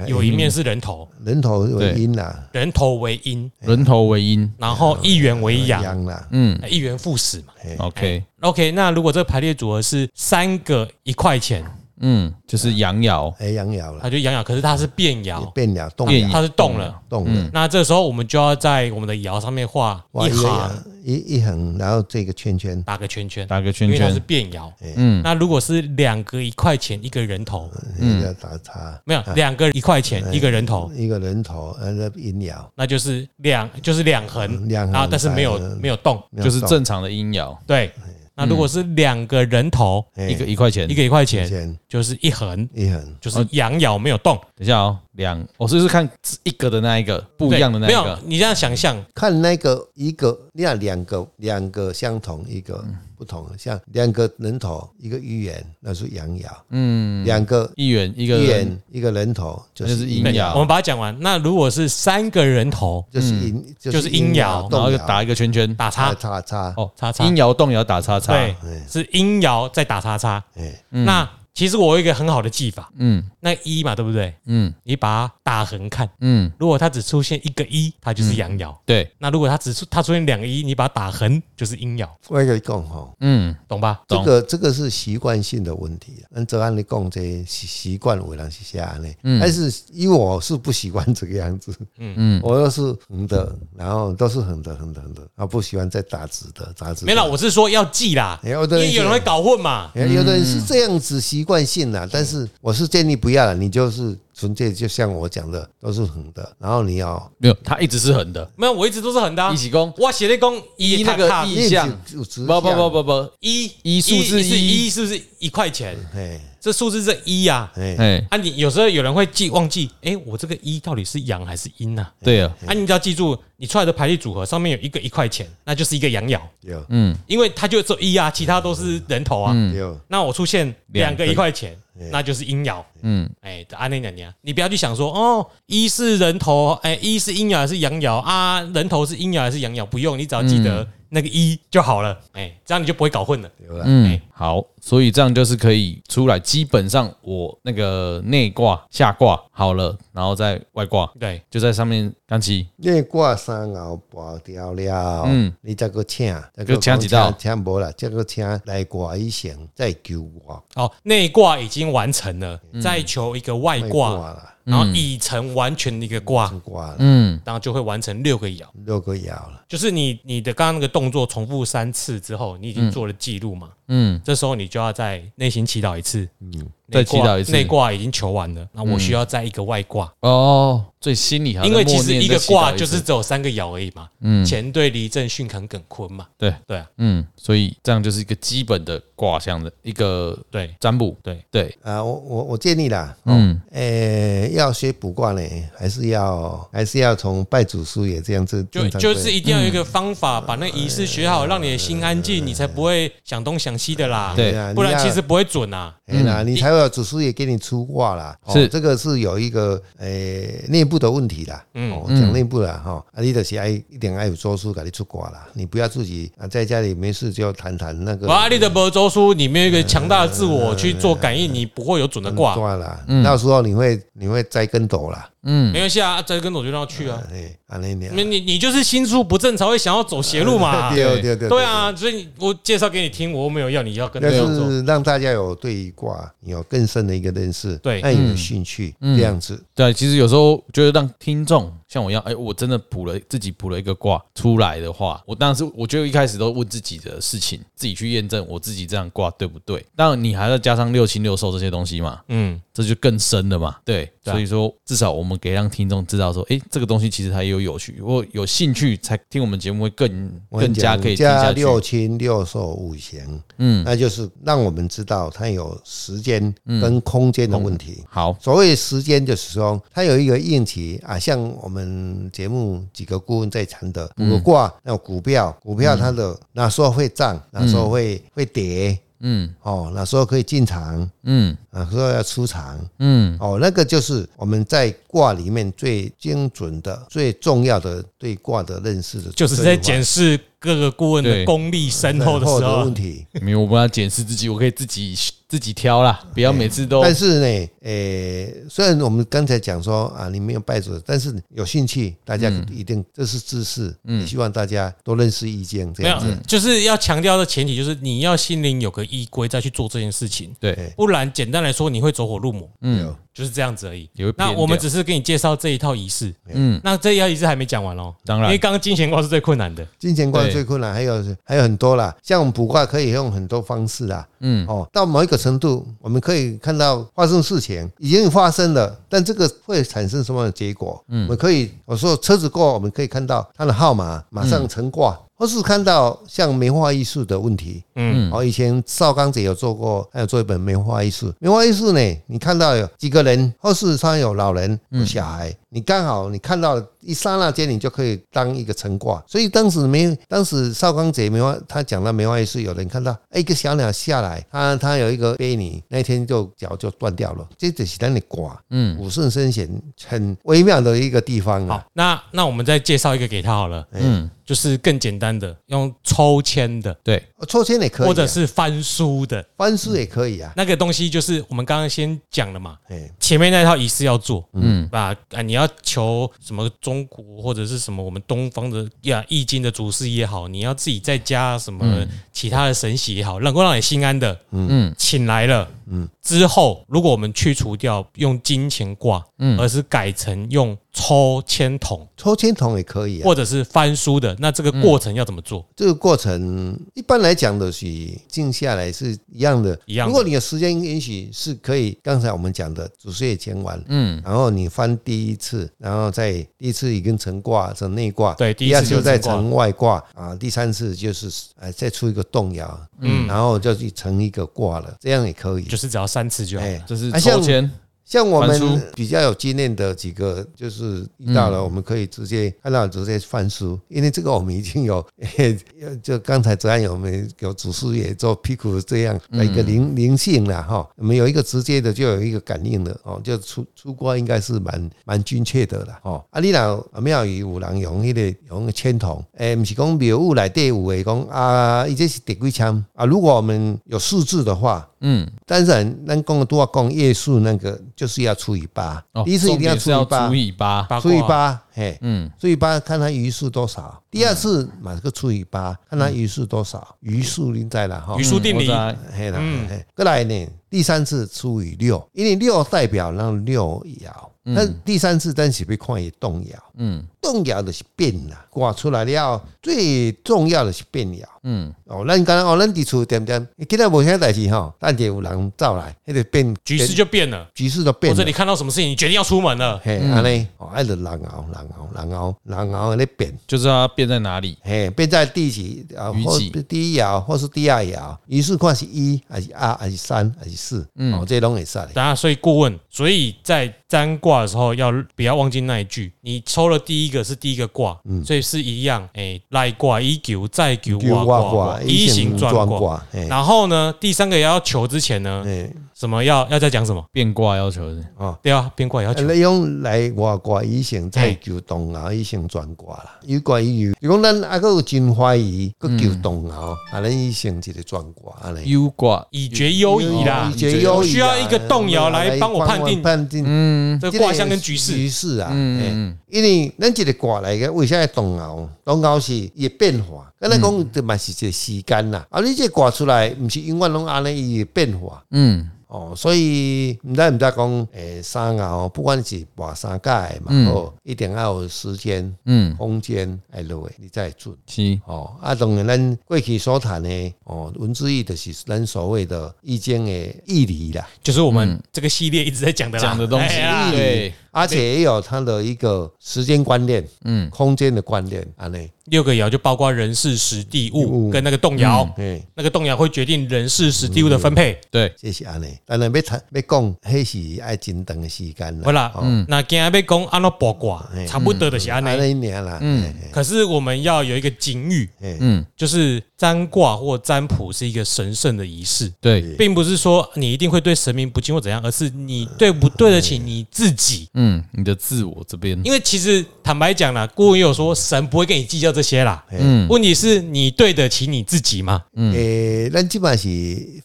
Speaker 1: 有一面是人头，
Speaker 3: 人头为阴啦，
Speaker 1: 人头为阴，
Speaker 2: 人头为阴。
Speaker 1: 然后一元
Speaker 3: 哎
Speaker 1: 为阳，
Speaker 3: 阳啦，
Speaker 2: 嗯
Speaker 1: 一元复始嘛。
Speaker 2: ，OK，
Speaker 1: OK，那如果这个排列组合是三个一块钱，
Speaker 2: 嗯，就是阳爻
Speaker 3: 哎阳爻啦，
Speaker 1: 它就阳爻，可是它是变爻，
Speaker 3: 变了动
Speaker 2: 变
Speaker 3: 了
Speaker 2: 爻
Speaker 1: 它是动了。
Speaker 3: 动了。
Speaker 2: 嗯
Speaker 1: 那这时候我们就要在我们的爻上面画
Speaker 3: 画
Speaker 1: 一
Speaker 3: 一个
Speaker 1: 行，
Speaker 3: 羊一一横，然后这个圈圈，
Speaker 1: 打个圈圈，
Speaker 2: 打个
Speaker 1: 因
Speaker 2: 圈
Speaker 1: 为它是
Speaker 2: 圈，
Speaker 1: 变爻。
Speaker 3: 哎
Speaker 2: 嗯
Speaker 1: 那如果是两个一块钱一个人头，
Speaker 3: 嗯，要打叉，
Speaker 1: 没有两个一块
Speaker 3: 哎
Speaker 1: 钱一个人头，
Speaker 3: 一个人头，呃，那阴爻，
Speaker 1: 那就是两就是两横，
Speaker 3: 嗯两横
Speaker 1: 啊，但是没有
Speaker 3: 嗯
Speaker 1: 没有动，
Speaker 2: 就是正常的阴爻，
Speaker 1: 对。那如果是两个人头，
Speaker 3: 嗯
Speaker 2: 一个一块钱
Speaker 1: 一。个一块
Speaker 3: 圈
Speaker 1: 钱，
Speaker 3: 圈
Speaker 1: 就是一横，
Speaker 3: 一横，
Speaker 2: 哦
Speaker 1: 就是阳爻没有动，
Speaker 2: 等一下哦，两，我是不是看一个的那一个不一样的那一
Speaker 1: 对没有
Speaker 2: 个？，
Speaker 1: 你这样想象，
Speaker 3: 看那个一个，你看两个两个相同，一个不
Speaker 2: 嗯
Speaker 3: 同，像两个人头，一个芋圆，那是阳爻，嗯，两个
Speaker 2: 一元一个
Speaker 3: 芋
Speaker 2: 人
Speaker 3: 圆，一个人头就
Speaker 2: 那就是
Speaker 3: 是
Speaker 2: 阴
Speaker 3: 阴
Speaker 1: 对
Speaker 2: 爻
Speaker 1: 我们把它讲完。那如果是三个人头
Speaker 3: 就是
Speaker 2: 嗯
Speaker 3: 阴
Speaker 1: 就是阴爻
Speaker 2: 然
Speaker 3: 动
Speaker 2: 后就
Speaker 3: 摇
Speaker 2: 打一个圈圈，
Speaker 1: 打叉，
Speaker 3: 叉叉哎叉，
Speaker 2: 哦，
Speaker 1: 叉叉
Speaker 2: 阴爻动爻打叉叉，
Speaker 1: 对，
Speaker 3: 嗯
Speaker 1: 是阴爻再打叉叉。
Speaker 3: 哎，
Speaker 1: 那其实我有一个很好的技法，
Speaker 2: 嗯
Speaker 1: 那一嘛，对不对？
Speaker 2: 嗯
Speaker 1: 你把它打横看，
Speaker 2: 嗯，
Speaker 1: 如果它只出现一个一，它就是阳爻；
Speaker 2: 对，
Speaker 1: 那如果它只出它出现两个一，你把它打横，就是阴爻，
Speaker 3: 我跟你讲吼。
Speaker 2: 嗯，
Speaker 1: 懂吧？
Speaker 3: 这
Speaker 2: 懂
Speaker 3: 个这个是习惯性的问题。啊按照按你讲，这习习惯为人是下呢，但是因为我是不习惯这个样子，嗯嗯，我又是横的，然后都是横的横的横的，啊，不喜欢再打直的打直的。
Speaker 1: 没啦，我是说要记啦，
Speaker 3: 哎
Speaker 1: 因
Speaker 2: 哦
Speaker 3: 我的
Speaker 1: 为有人会搞混嘛。
Speaker 3: 哎有的人是这样子习惯性啦，但是我是建议不要了，你就是纯粹就像我讲的，都是横的，然后你要
Speaker 2: 没有，它一直是横的，
Speaker 1: 没有，我一直都是横的啊
Speaker 2: 一。起攻
Speaker 1: 我写的公一
Speaker 2: 一那个
Speaker 1: 一
Speaker 2: 意向
Speaker 3: 一直有直
Speaker 2: 不不不
Speaker 3: 向，
Speaker 2: 不不，
Speaker 1: 一
Speaker 2: 一数字
Speaker 1: 是
Speaker 2: 一
Speaker 1: 一是不是一块钱？
Speaker 3: 哎
Speaker 1: 这数字是一呀。
Speaker 3: 哎，
Speaker 2: 哎，
Speaker 1: 啊，你有时候有人会记忘记，哎，我这个一到底是阳还是阴呐？
Speaker 2: 对啊，
Speaker 1: 啊，你只要记住，你出来的排列组合上面有一个一块钱，那就是一个阳爻，
Speaker 3: 有
Speaker 2: 嗯，
Speaker 1: 因为它就只有一啊，其他都是人头啊。
Speaker 3: 有，
Speaker 1: 那我出现两个
Speaker 2: 两个
Speaker 1: 一块钱，那就是阴爻。
Speaker 2: 嗯
Speaker 1: 嗯，哎，安内娘娘，你不要去想说哦，一是人头，哎，一是阴爻还是阳爻啊？人头是阴爻还是阳爻？不用，你只要记得那个一就好了。哎，这样你就不会搞混了。
Speaker 2: 嗯
Speaker 1: 哎，
Speaker 2: 好，所以这样就是可以出来。基本上我那个内挂、下挂好了，然后再外挂，
Speaker 1: 对，
Speaker 2: 就在上面钢琴。
Speaker 3: 你挂三鳌拔掉了，
Speaker 2: 嗯
Speaker 3: 你再个请，再
Speaker 2: 再请一道
Speaker 3: 请无啦，再个请来挂一成，再求我
Speaker 1: 哦，内卦已经完成了，再求一个嗯外卦，嗯
Speaker 3: 啦，
Speaker 1: 然后已成完全的一个卦，
Speaker 3: 挂了
Speaker 2: 嗯
Speaker 1: 然后就会完成六个爻。
Speaker 3: 六个爻了，
Speaker 1: 就是你你的刚刚那个动作重复三次之后，你已经做了记录嘛？
Speaker 2: 嗯，
Speaker 1: 这时候你就要在内心祈祷一次，嗯，
Speaker 2: 再祈祷一次
Speaker 1: 内卦已经求完了，那我需要再一个外卦，
Speaker 2: 哦，最心里还在
Speaker 1: 因为其
Speaker 2: 默
Speaker 1: 实
Speaker 2: 念
Speaker 1: 一个
Speaker 2: 再祈祷
Speaker 1: 卦
Speaker 2: 次
Speaker 1: 就是只有三个爻而已嘛，嗯，乾兑离震巽坎艮坤嘛，
Speaker 2: 对，
Speaker 1: 对啊，
Speaker 2: 嗯，所以这样就是一个基本的卦象的一个
Speaker 1: 对
Speaker 2: 占卜。
Speaker 1: 对
Speaker 2: 对，
Speaker 3: 啊，我我我建议啦，哦
Speaker 2: 嗯
Speaker 3: 诶、要学卜卦呢，还是要还是要从拜祖师爷这样子
Speaker 1: 就
Speaker 3: 正常
Speaker 1: 就
Speaker 3: 规
Speaker 1: 是一定要有一个方法，把那个仪式学好，让你的心安静，你才不会想东想西的啦，
Speaker 2: 对
Speaker 3: 啊
Speaker 1: 不然
Speaker 3: 你要
Speaker 1: 其实不会准啊。
Speaker 3: 哎啦，你才有祖师爷给你出卦啦。哦
Speaker 2: 是
Speaker 3: 这个是有一个诶内部的问题啦。
Speaker 1: 嗯
Speaker 3: 哦，讲内部啦哈，哦啊，你就是爱一定爱有周书给你出卦啦，你不要自己啊在家里没事就谈谈那个
Speaker 1: 瓦力的伯周书里面有一个强大的自我去做感应，你嗯不会有准的卦，
Speaker 3: 卦啦。到时候你会你会栽跟斗啦。
Speaker 2: 嗯，
Speaker 1: 没关系啊，这跟我就让他去啊。
Speaker 3: 哎，安尼
Speaker 1: 你
Speaker 3: 俩，
Speaker 1: 你你就是心术不正才会想要走邪路嘛。
Speaker 3: 对对对，
Speaker 1: 对啊，所以你我介绍给你听，我又没有要你要跟他嗯
Speaker 3: 但
Speaker 1: 走。
Speaker 3: 是让大家有对卦有更深的一个认识，
Speaker 1: 对嗯
Speaker 3: 那有兴趣这样子，
Speaker 2: 对，其实有时候就是让听众像我一样，哎，我真的卜了自己卜了一个卦出来的话，我当然是我觉得一开始都问自己的事情，自己去验证我自己这样卦对不对。当然你还要加上六亲六寿这些东西嘛，
Speaker 1: 嗯，
Speaker 2: 这就更深了嘛。对，
Speaker 1: 对啊
Speaker 2: 所以说至少我们可以让听众知道说，哎，这个东西其实它也有有趣，如果有兴趣才听我们节目会更
Speaker 3: 我跟
Speaker 2: 更
Speaker 3: 你
Speaker 2: 加
Speaker 3: 讲
Speaker 2: 可以听
Speaker 3: 加
Speaker 2: 下去。
Speaker 3: 六亲六寿五行，
Speaker 2: 嗯
Speaker 3: 那就是让我们知道它有时间跟空间的问题。
Speaker 2: 好，
Speaker 3: 所谓时间，就是说它有一个应期啊，像我们节目几个顾问在谈的卜卦，那股票，股票它的哪时候会涨，哪时候会会跌，
Speaker 2: 嗯
Speaker 3: 哦，哪时候可以进场，
Speaker 2: 嗯
Speaker 3: 哪时候要出场，
Speaker 2: 嗯
Speaker 3: 哦，那个就是我们在卦里面最精准的、最重要的对卦的认识的，
Speaker 1: 就是在检视各个顾问的
Speaker 2: 对
Speaker 1: 功力深
Speaker 3: 最
Speaker 1: 厚
Speaker 3: 后
Speaker 1: 的
Speaker 3: 的
Speaker 1: 时候啊
Speaker 3: 问，题。
Speaker 2: 没有，我不要检视自己，我可以自己自己挑啦，不要每次都
Speaker 3: 但是呢，诶、虽然我们刚才讲说啊，你没有拜主，但是有兴趣，大家一定、这是知识，嗯，希望大家都认识易经这
Speaker 1: 没有
Speaker 3: 样子。，
Speaker 1: 就是要强调的前提就是你要心灵有个依归再去做这件事情，
Speaker 2: 对，
Speaker 1: 不然简单来说你会走火入魔，
Speaker 2: 嗯，
Speaker 1: 就是这样子而已。
Speaker 2: 也会偏
Speaker 1: 那
Speaker 2: 掉
Speaker 1: 我们只是给你介绍这一套仪式，
Speaker 2: 嗯，
Speaker 1: 那这一套仪式还没讲完哦，
Speaker 2: 当
Speaker 1: 因
Speaker 2: 然
Speaker 1: 为刚刚金钱卦是最困难的，
Speaker 3: 金钱观
Speaker 2: 对
Speaker 3: 最困难，还有还有很多啦，像我们卜卦可以用很多方式啦，
Speaker 2: 嗯
Speaker 3: 哦，到某一个程度，我们可以看到发生事情已经发生了，但这个会产生什么样的结果？嗯，我们可以我说车子过，我们可以看到它的号码马上成卦，或是看到像梅花易数的问题，
Speaker 1: 嗯，
Speaker 3: 哦，以前邵刚姐有做过，还有做一本梅花易数。梅花易数呢，你看到有几个人，或是上有老人、
Speaker 1: 嗯
Speaker 3: 有小孩，你刚好你看到一刹那间，你就可以当一个成卦。所以当时梅，当时邵刚姐梅花，她讲到梅花易数，有人看到哎一个小鸟下来，它它有一个悲泥，那天就脚就断掉了，这只是让你卦，嗯，五圣生险很微妙的一个地方啊
Speaker 1: 好。，那那我们再介绍一个给他好了，嗯，就是更简单的，用抽签的
Speaker 2: 对，
Speaker 3: 抽签也可以、啊，
Speaker 1: 或者是翻书的
Speaker 3: 翻书也可以啊，
Speaker 1: 那个东西，就是我们刚刚先讲了嘛，
Speaker 3: 哎，
Speaker 1: 前面那套仪式要做，
Speaker 2: 嗯
Speaker 1: 嗯，把啊你要求什么中国或者是什么我们东方的呀易经的祖师也好，你要自己再加什么其他的神玺也好，能够让你心安的，
Speaker 2: 嗯
Speaker 1: 嗯，请来了，嗯，之后如果我们去除掉用金钱卦，嗯，而是改成用抽签筒
Speaker 3: 抽签筒也可以啊。
Speaker 1: 或者是翻书的，那这个过
Speaker 3: 嗯
Speaker 1: 程要怎么做？
Speaker 3: 这个过程一般来讲的是静下来是一样的，
Speaker 1: 一样的
Speaker 3: 如果你有时间允许，是可以刚才我们讲的主事也前完，
Speaker 2: 嗯，
Speaker 3: 然后你翻第一次，然后再第一次已经成卦成内卦，
Speaker 1: 对第一
Speaker 3: 第二
Speaker 1: 次就
Speaker 3: 次再
Speaker 1: 成卦
Speaker 3: 成外卦啊，第三次就是呃再出一个动摇，嗯，然后就去成一个卦了，这样也可以
Speaker 1: 就。是只要三次就好了。
Speaker 3: 哎
Speaker 2: 这是
Speaker 3: 啊
Speaker 2: 抽
Speaker 3: 像
Speaker 2: 签，
Speaker 3: 像我
Speaker 2: 翻书
Speaker 3: 们比较有经验的几个，就是遇到
Speaker 1: 嗯
Speaker 3: 了，我们可以直接看到直接翻书，因为这个我们已经有， 呃就刚才昨天有我们有祖师爷做屁股这样的一个灵灵性了哈，我们有一个直接的，就有一个感应的哦，就出出瓜应该是蛮蛮精确的了哦。啊，你若庙宇有人用迄、个用那个签筒，诶、毋是讲庙宇内底有诶讲啊，伊这是第几签啊？如果我们有数字的话，
Speaker 2: 嗯，
Speaker 3: 当然，咱讲的多少讲页数那个就是要除以八、
Speaker 2: 哦
Speaker 3: 第一次一定要
Speaker 2: 重点是
Speaker 3: 除
Speaker 2: 除以
Speaker 3: 以八，
Speaker 2: 八，
Speaker 1: 八卦
Speaker 3: 除以八，嘿，
Speaker 2: 嗯，
Speaker 3: 除以八，看它余数多少。第二次马上除以八，看它余数多少，余数你在了哈
Speaker 1: 余。数嗯定
Speaker 2: 我
Speaker 1: 理
Speaker 2: 知，道
Speaker 3: 嘿啦，嘿过来呢，第三次除以六，因为六代表让六爻，
Speaker 1: 嗯
Speaker 3: 那第三次咱是被看也动摇，
Speaker 2: 嗯
Speaker 3: 动摇的是变啦，挂出来了，最重要的是变爻。
Speaker 2: 嗯，
Speaker 3: 哦，咱刚刚哦，咱伫厝点点，今仔无啥代志吼，但就有人走来，迄个变
Speaker 1: 局势就哦变了。
Speaker 3: 局势都
Speaker 1: 或
Speaker 3: 变
Speaker 1: 者
Speaker 3: 了
Speaker 1: 你。看到什么事情，你决定要出门了，
Speaker 3: 嘿，安尼哦，爱就人熬，人熬，人熬，人熬咧变，
Speaker 2: 就是它变在哪里，
Speaker 3: 嘿，变在第几啊？
Speaker 2: 余
Speaker 3: 或
Speaker 2: 几
Speaker 3: 第一爻，或是第二爻，于是看是一还是二还是三还是四，
Speaker 1: 嗯
Speaker 3: 哦，这拢会使的。
Speaker 1: 当然，所以顾问，所以在占卦的时候要不要忘记那一句？你抽了第一个是第一个卦，所以是一样，哎、来卦一九，再九
Speaker 3: 嗯九
Speaker 1: 卦卦，一行转卦。，
Speaker 3: 嘿，
Speaker 1: 然后呢，第三个也要求之前呢，
Speaker 3: 嘿，
Speaker 1: 什么要要再讲什么？
Speaker 2: 变卦要求是，
Speaker 3: 哦。
Speaker 1: 对啊，变卦也要求。
Speaker 3: 你用来外挂以前再
Speaker 1: 嘿
Speaker 3: 求动摇以前转挂啦，有关于如果咱啊个有真怀疑，个求
Speaker 1: 嗯
Speaker 3: 动摇，啊，咱以前一个转挂安尼。
Speaker 2: 忧卦，
Speaker 1: 以决优宜啦
Speaker 3: 以，决优
Speaker 1: 我
Speaker 3: 宜啊哎
Speaker 1: 需要一个动摇来帮我判定
Speaker 3: 判定
Speaker 2: 嗯
Speaker 1: 这个卦象跟局势。
Speaker 3: 局势啊，
Speaker 2: 嗯
Speaker 3: 嗯，
Speaker 2: 嗯
Speaker 3: 因为咱一个卦来个，为啥要动摇？动摇是伊的变化，咱来讲这嘛是一个时间啦。啊，你这卦出来，毋是永远拢安尼伊的变化。
Speaker 2: 嗯
Speaker 3: 哦，所以毋知毋知讲，诶、三爻不管是跋三界嘛，哦、一定要有时间、
Speaker 2: 嗯，
Speaker 3: 空间来落诶，你才会准。
Speaker 2: 七，
Speaker 3: 哦，啊，当然咱过去所谈的哦，文字义就是咱所谓的易经的义理啦。
Speaker 1: 就是我们这个系列一直在讲的啦
Speaker 2: 嗯讲的东西嗯
Speaker 1: 哎呀，
Speaker 2: 对，
Speaker 3: 而且也有它的一个时间观念，
Speaker 2: 嗯
Speaker 3: 空间的观念，安内
Speaker 1: 六个爻就包括人事、时地、
Speaker 3: 物
Speaker 2: 嗯
Speaker 1: 物跟那个动爻，
Speaker 3: 嘿，
Speaker 1: 那个动爻会决定人事、时地、物的分配。
Speaker 2: 对，
Speaker 3: 这是安尼。当然要谈要讲，迄是爱真长的时
Speaker 2: 嗯
Speaker 3: 间
Speaker 1: 好
Speaker 3: 啦。
Speaker 1: 啦，那今天被讲安那八卦，
Speaker 2: 哎
Speaker 1: 差不多的是安尼。
Speaker 3: 安尼尔啦，嗯，
Speaker 1: 可是我们要有一个警语，
Speaker 3: 嘿
Speaker 2: 嗯，
Speaker 1: 就是占卦或占卜是一个神圣的仪式，
Speaker 2: 对，
Speaker 1: 并不是说你一定会对神明不敬或怎样，而是你对不对
Speaker 2: 哎
Speaker 1: 得起你自己。
Speaker 2: 嗯，你的自我这边，
Speaker 1: 因为其实坦白讲啦，顾问也有说神不会跟你计较这些啦，
Speaker 2: 嗯
Speaker 1: 问题是你对得起你自己吗？
Speaker 3: 诶，咱即嘛是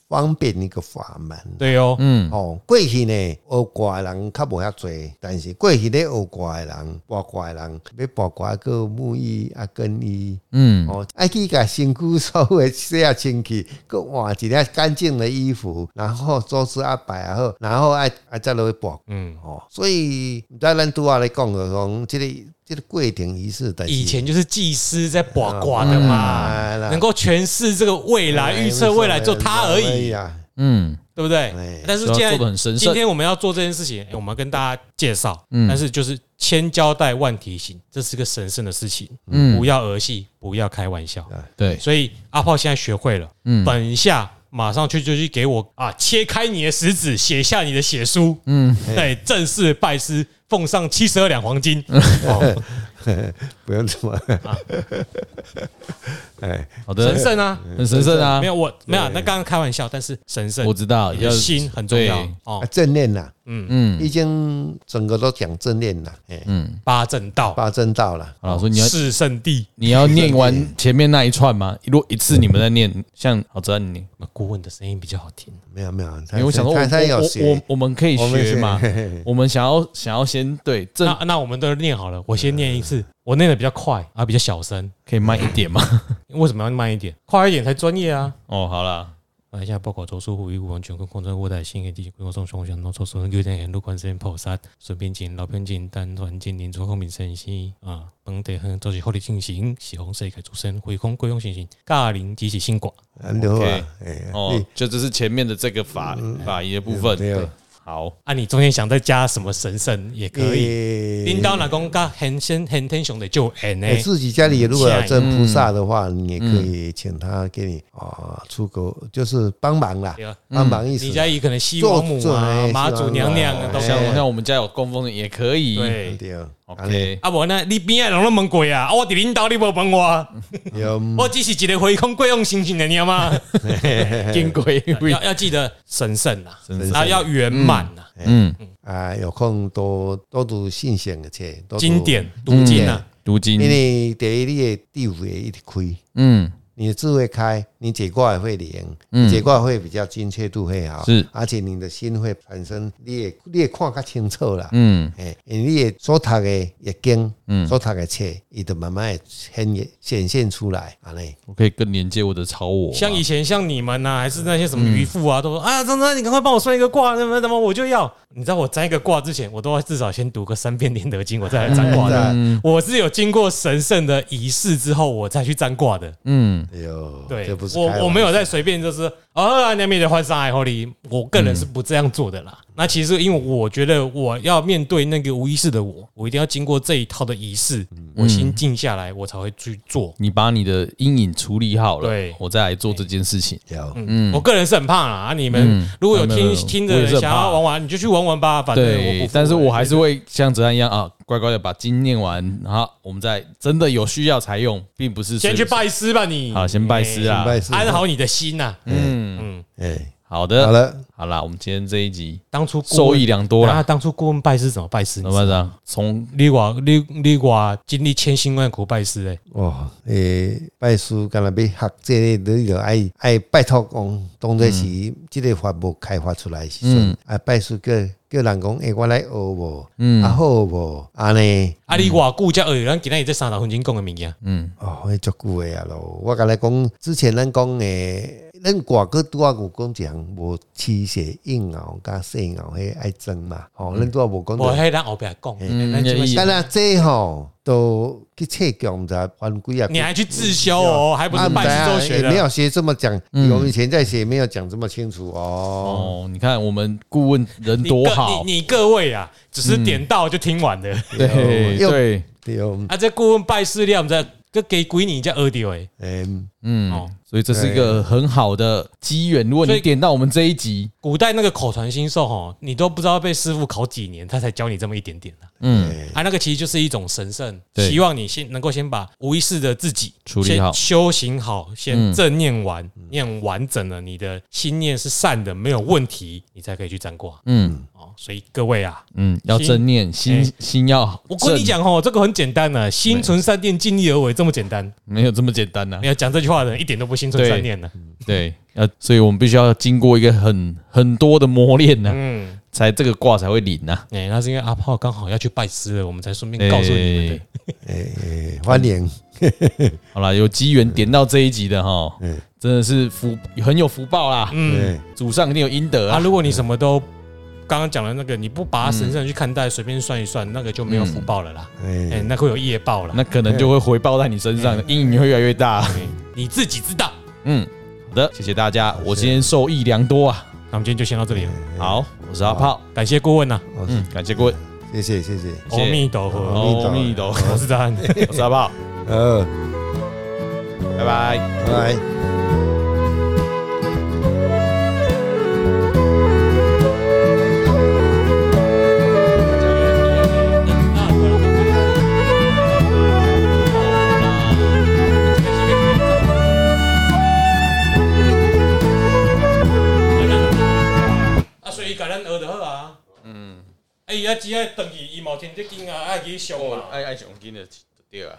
Speaker 3: 方便一个法门。
Speaker 1: 对哦，
Speaker 2: 嗯
Speaker 3: 哦，过去呢，学歌的人较无遐多，但是过去咧学歌的人、播歌的人，要播歌个木艺啊、根衣，
Speaker 2: 嗯，
Speaker 3: 哦，爱去甲身躯所有的洗啊清气，佮换一件干净的衣服，然后桌子啊摆啊好，然后爱爱再落去播。
Speaker 1: 嗯，
Speaker 3: 哦，所以毋知咱拄仔咧讲个讲，即、个即、个过程仪式，但是
Speaker 1: 以前就是嗯祭司在卜卦的
Speaker 2: 嗯
Speaker 1: 嘛，
Speaker 3: 哎啦
Speaker 1: 能够诠释这个未来、预测未来，就他而已，
Speaker 3: 啊。
Speaker 2: 嗯，
Speaker 1: 对不对
Speaker 3: 哎？
Speaker 1: 但是
Speaker 2: 所以
Speaker 1: 既
Speaker 2: 要
Speaker 1: 然
Speaker 2: 做的很神
Speaker 1: 今
Speaker 2: 圣，嗯
Speaker 1: 天我们要做这件事情，哎我们要跟大家介绍，但是就是千交代万提醒，这是个神圣的事情，
Speaker 2: 嗯
Speaker 1: 不要儿戏，不要开玩笑。
Speaker 2: 对，
Speaker 1: 所以阿炮现在学会了，
Speaker 2: 嗯
Speaker 1: 本下马上去就去给我啊，切开你的食指，写下你的血书，
Speaker 2: 嗯，
Speaker 1: 对，正式拜师，奉上七十二两黄 金。哦，
Speaker 3: 不用这么，
Speaker 1: 啊
Speaker 3: 哎，
Speaker 2: 好
Speaker 1: 神
Speaker 2: 的，
Speaker 1: 圣啊，
Speaker 2: 很神圣啊
Speaker 1: 没，有我没有，那刚刚开玩笑，但是神圣
Speaker 2: 我，知道，
Speaker 1: 你
Speaker 2: 要
Speaker 1: 的心很重要
Speaker 2: 对
Speaker 3: 啊
Speaker 1: 哦，，
Speaker 3: 正念啦，
Speaker 2: 嗯
Speaker 3: 已经整个都讲正念啦，哎，
Speaker 2: 嗯，
Speaker 1: 八正道，
Speaker 3: 八正道啦，
Speaker 2: 好，所以你要
Speaker 1: 哦是圣地。
Speaker 2: 你要念完前面那一串吗？如果一次你们在念，像好哲你念，
Speaker 1: 那顾问的声音比较好听，
Speaker 3: 没有没有，
Speaker 2: 因为哎我想说我，
Speaker 3: 他他有
Speaker 2: 我我
Speaker 3: 学
Speaker 2: 我，我们可以
Speaker 3: 我们
Speaker 2: 学
Speaker 3: 学
Speaker 2: 嘛，我们想要想要先对正
Speaker 1: 那那我们都念好了，我先念一次，我念的比较快啊，比较小声。
Speaker 2: 可以慢一 点吗？
Speaker 1: 为什么要慢一点？快一点才专业啊！
Speaker 2: 哦，好啦，
Speaker 1: 马来西亚报告周数户与股王全跟空中卧带新给地区规划中熊熊农措手能有点很多关心破杀顺便进老偏进单团进林中空民生息啊本地很周期后的进行喜红色开出生回空归用行行尬林及其新寡
Speaker 3: 很多
Speaker 2: OK
Speaker 3: 啊，哎，
Speaker 2: 哦，就这是前面的这个法法仪的部分。
Speaker 3: 嗯没有
Speaker 2: 对，好，
Speaker 1: 啊你中间想再加什么神圣也可以，
Speaker 3: 以
Speaker 1: 领导老哎公噶很先很天雄的就 N 呢
Speaker 3: 你哎自己家里如果有真菩萨的话，你也可
Speaker 1: 嗯
Speaker 3: 以请他给你啊出国，就是帮忙啦，
Speaker 1: 对吧？啊嗯
Speaker 3: 帮忙意思
Speaker 1: 你。家也可能西王母
Speaker 3: 做做
Speaker 1: 啊
Speaker 3: 哎
Speaker 1: 妈祖娘娘啊
Speaker 3: 西王
Speaker 1: 都有
Speaker 3: 母哎
Speaker 2: 像像我们家有供奉的也可以。
Speaker 1: 对。
Speaker 3: 对
Speaker 2: ，OK，
Speaker 1: 啊无呢？你边个人拢问过啊？啊我伫领导你无问我，
Speaker 3: 有
Speaker 1: 我只是一个回空贵用心情的你吗？
Speaker 2: 金龟
Speaker 1: 要要记得神圣呐，
Speaker 2: 圣
Speaker 1: 然后要圆满呐，
Speaker 2: 嗯，
Speaker 3: 啊，有空多多读信贤的册，多读
Speaker 1: 经典。读经啊呐，
Speaker 2: 读
Speaker 3: 因
Speaker 2: 经，
Speaker 3: 为第一，你的地位一直开，
Speaker 2: 嗯，
Speaker 3: 你的智慧开，你解卦也会灵，
Speaker 1: 嗯
Speaker 3: 你解卦会比较精确度会好，
Speaker 2: 是
Speaker 3: 而且你的心会产生，你也你也看较清楚啦。
Speaker 2: 嗯，
Speaker 3: 诶，因为你的所读的易经，
Speaker 1: 嗯
Speaker 3: 所读的册，伊就慢慢会显显现出来，安尼。
Speaker 2: 我可以更连接我的超我啊嘛。
Speaker 1: 像以前像你们啊呐，还是那些什么渔夫啊，都说啊，张张你赶快帮我算一个卦，什么什么我就要。你知道我占一个卦之前，我都要至少先读个三遍《连德经》，我再来占卦的。
Speaker 3: 嗯
Speaker 1: 我是有经过神圣的仪式之后，我才去占卦的。
Speaker 2: 嗯，
Speaker 3: 哎呦，
Speaker 1: 对
Speaker 3: 这不，是开
Speaker 1: 我我没有
Speaker 3: 玩
Speaker 1: 在随便就是啊，那边的换上海后里，我个人是不这样做的
Speaker 2: 嗯
Speaker 1: 啦。那其实因为我觉得我要面对那个无意识的我，我一定要经过这一套的仪式，
Speaker 2: 嗯
Speaker 1: 我心静下来，我才会去做。
Speaker 2: 你把你的阴影处理好了，
Speaker 1: 对
Speaker 2: 我再来做这件事情。
Speaker 3: 笑有，
Speaker 1: 嗯，我个人是很怕啦。啊，你们
Speaker 2: 嗯
Speaker 1: 如果有
Speaker 2: 没有
Speaker 1: 听
Speaker 2: 没有
Speaker 1: 听
Speaker 2: 我
Speaker 1: 的
Speaker 2: 也是很
Speaker 1: 想要
Speaker 2: 怕
Speaker 1: 玩玩，你就去玩玩吧，反正啊我不哎
Speaker 2: 对
Speaker 1: 负，
Speaker 2: 但是我
Speaker 1: 责
Speaker 2: 还是会像哲安一样啊，乖乖的把经念完，然后我们再真的有需要才用，并不是
Speaker 1: 先去
Speaker 2: 随
Speaker 1: 拜师吧，你哎
Speaker 2: 好先拜师啊
Speaker 3: 明白是
Speaker 1: 安好你的心呐。
Speaker 2: 嗯，
Speaker 1: 嗯，
Speaker 3: 哎，
Speaker 2: 好的，
Speaker 3: 好了，
Speaker 2: 好啦，我们今天这一集
Speaker 1: 当初顾问
Speaker 2: 受益良多
Speaker 1: 啊
Speaker 2: 啦，
Speaker 1: 当初顾问拜师怎么拜师？你
Speaker 2: 怎
Speaker 1: 知道
Speaker 2: 么
Speaker 1: 吗
Speaker 2: 讲？从
Speaker 1: 你我你你我经历千辛万苦拜师诶。
Speaker 3: 哦，诶，拜师干若要学这个，你就爱爱拜托讲，当作是这个法无开发出来的时阵，啊，拜师叫叫人讲，诶，我来学无，啊好无，安尼，
Speaker 1: 啊，你偌久才学？咱今仔日这三十分钟讲的物件，
Speaker 2: 嗯
Speaker 3: 哦，迄足久诶啊咯，我甲你讲，之前咱讲诶，咱外国拄啊有讲一项无刺血硬熬甲细熬迄爱争嘛，吼，咱拄啊无讲
Speaker 1: 无
Speaker 3: 到。
Speaker 1: 迄咱后壁讲，咱
Speaker 2: 嗯
Speaker 1: 这边
Speaker 2: 也
Speaker 3: 但啊，这吼都去测强，毋知犯规啊。
Speaker 1: 你还去自修
Speaker 2: 啊
Speaker 1: 哦，还不是拜师周学
Speaker 3: 也没
Speaker 1: 的？嗯
Speaker 3: 有学这么讲，我们以前在写没有讲这么清楚哦。
Speaker 2: 哦，你看我们顾问人
Speaker 1: 你
Speaker 2: 多
Speaker 1: 各
Speaker 2: 好，嗯
Speaker 1: 你你各位啊，只是点到就听完的。
Speaker 2: 对
Speaker 3: 又
Speaker 2: 对，
Speaker 3: 对哦，
Speaker 1: 啊，这顾问拜师了，我们在这给鬼你才学到诶。
Speaker 3: 嗯，
Speaker 1: 哦
Speaker 2: 嗯，所以这是一个很好的机缘。如果
Speaker 1: 所
Speaker 2: 你
Speaker 1: 以
Speaker 2: 点到我们这一集，
Speaker 1: 古代那个口传心授哈，你都不知道被师傅考几年，他才教你这么一点点啊。
Speaker 2: 嗯，
Speaker 1: 啊，那个其实就是一种神圣，
Speaker 2: 对
Speaker 1: 希望你先能够先把无意识的自己
Speaker 2: 处理好
Speaker 1: 先修行好，
Speaker 2: 嗯
Speaker 1: 先正念完，念完整了，你的心念是善的，没有问题，你才可以去占卦
Speaker 2: 嗯
Speaker 1: 哦。所以各位啊，
Speaker 2: 嗯，要
Speaker 1: 心
Speaker 2: 正念，心
Speaker 1: 哎
Speaker 2: 心要
Speaker 1: 我跟你
Speaker 2: 正，
Speaker 1: 讲哦，这个很简单呢，心存善念，尽力而为，这么简单。
Speaker 2: 没有这么简单呐啊
Speaker 1: 你。要讲这句话的人一点都不心存善念啊呢。
Speaker 2: 对，要，所以我们必须要经过一个很很多的磨练呢，
Speaker 1: 嗯，
Speaker 2: 才这个卦才会啊灵呐。
Speaker 1: 哎，那是因为阿炮刚好要去拜师了，我们才顺便告诉你们的
Speaker 2: 哎。
Speaker 3: 诶欢迎，
Speaker 2: 好啦，有机缘点到这一集的哈，真的是福很有福报啦，
Speaker 1: 嗯，
Speaker 3: 对，
Speaker 2: 祖上一定有阴德
Speaker 1: 啊，
Speaker 2: 啊。
Speaker 1: 如果你什么都刚刚讲的那个，你不把它神圣地去看
Speaker 2: 嗯
Speaker 1: 待，随便算一算，那个就没有福报了啦。哎，
Speaker 3: 诶，
Speaker 1: 那会有业报了。
Speaker 2: 那可能就会回报在你身上，阴影会越来越大。
Speaker 1: 哎你自己知道。
Speaker 2: 嗯，好的，谢谢大家，我今天受益良多啊。
Speaker 1: 那我们今天就先到这里了，
Speaker 2: 好，我是阿炮，
Speaker 1: 感谢顾问呐，
Speaker 3: 我
Speaker 2: 嗯，感谢各位，
Speaker 3: 哦谢谢谢谢，
Speaker 1: 阿
Speaker 2: 谢谢
Speaker 1: 弥陀佛，
Speaker 3: 阿弥陀佛
Speaker 2: 阿弥陀佛，
Speaker 1: 我是 张翰。
Speaker 2: 我是阿炮，
Speaker 3: 呃，
Speaker 2: 拜拜。
Speaker 3: 拜拜。
Speaker 1: 啊，所以甲咱学就好啊。
Speaker 2: 哎
Speaker 1: 嗯。啊，伊啊，只爱回去，伊嘛有天德经啊，爱去上嘛。
Speaker 2: 爱爱上紧的对啊。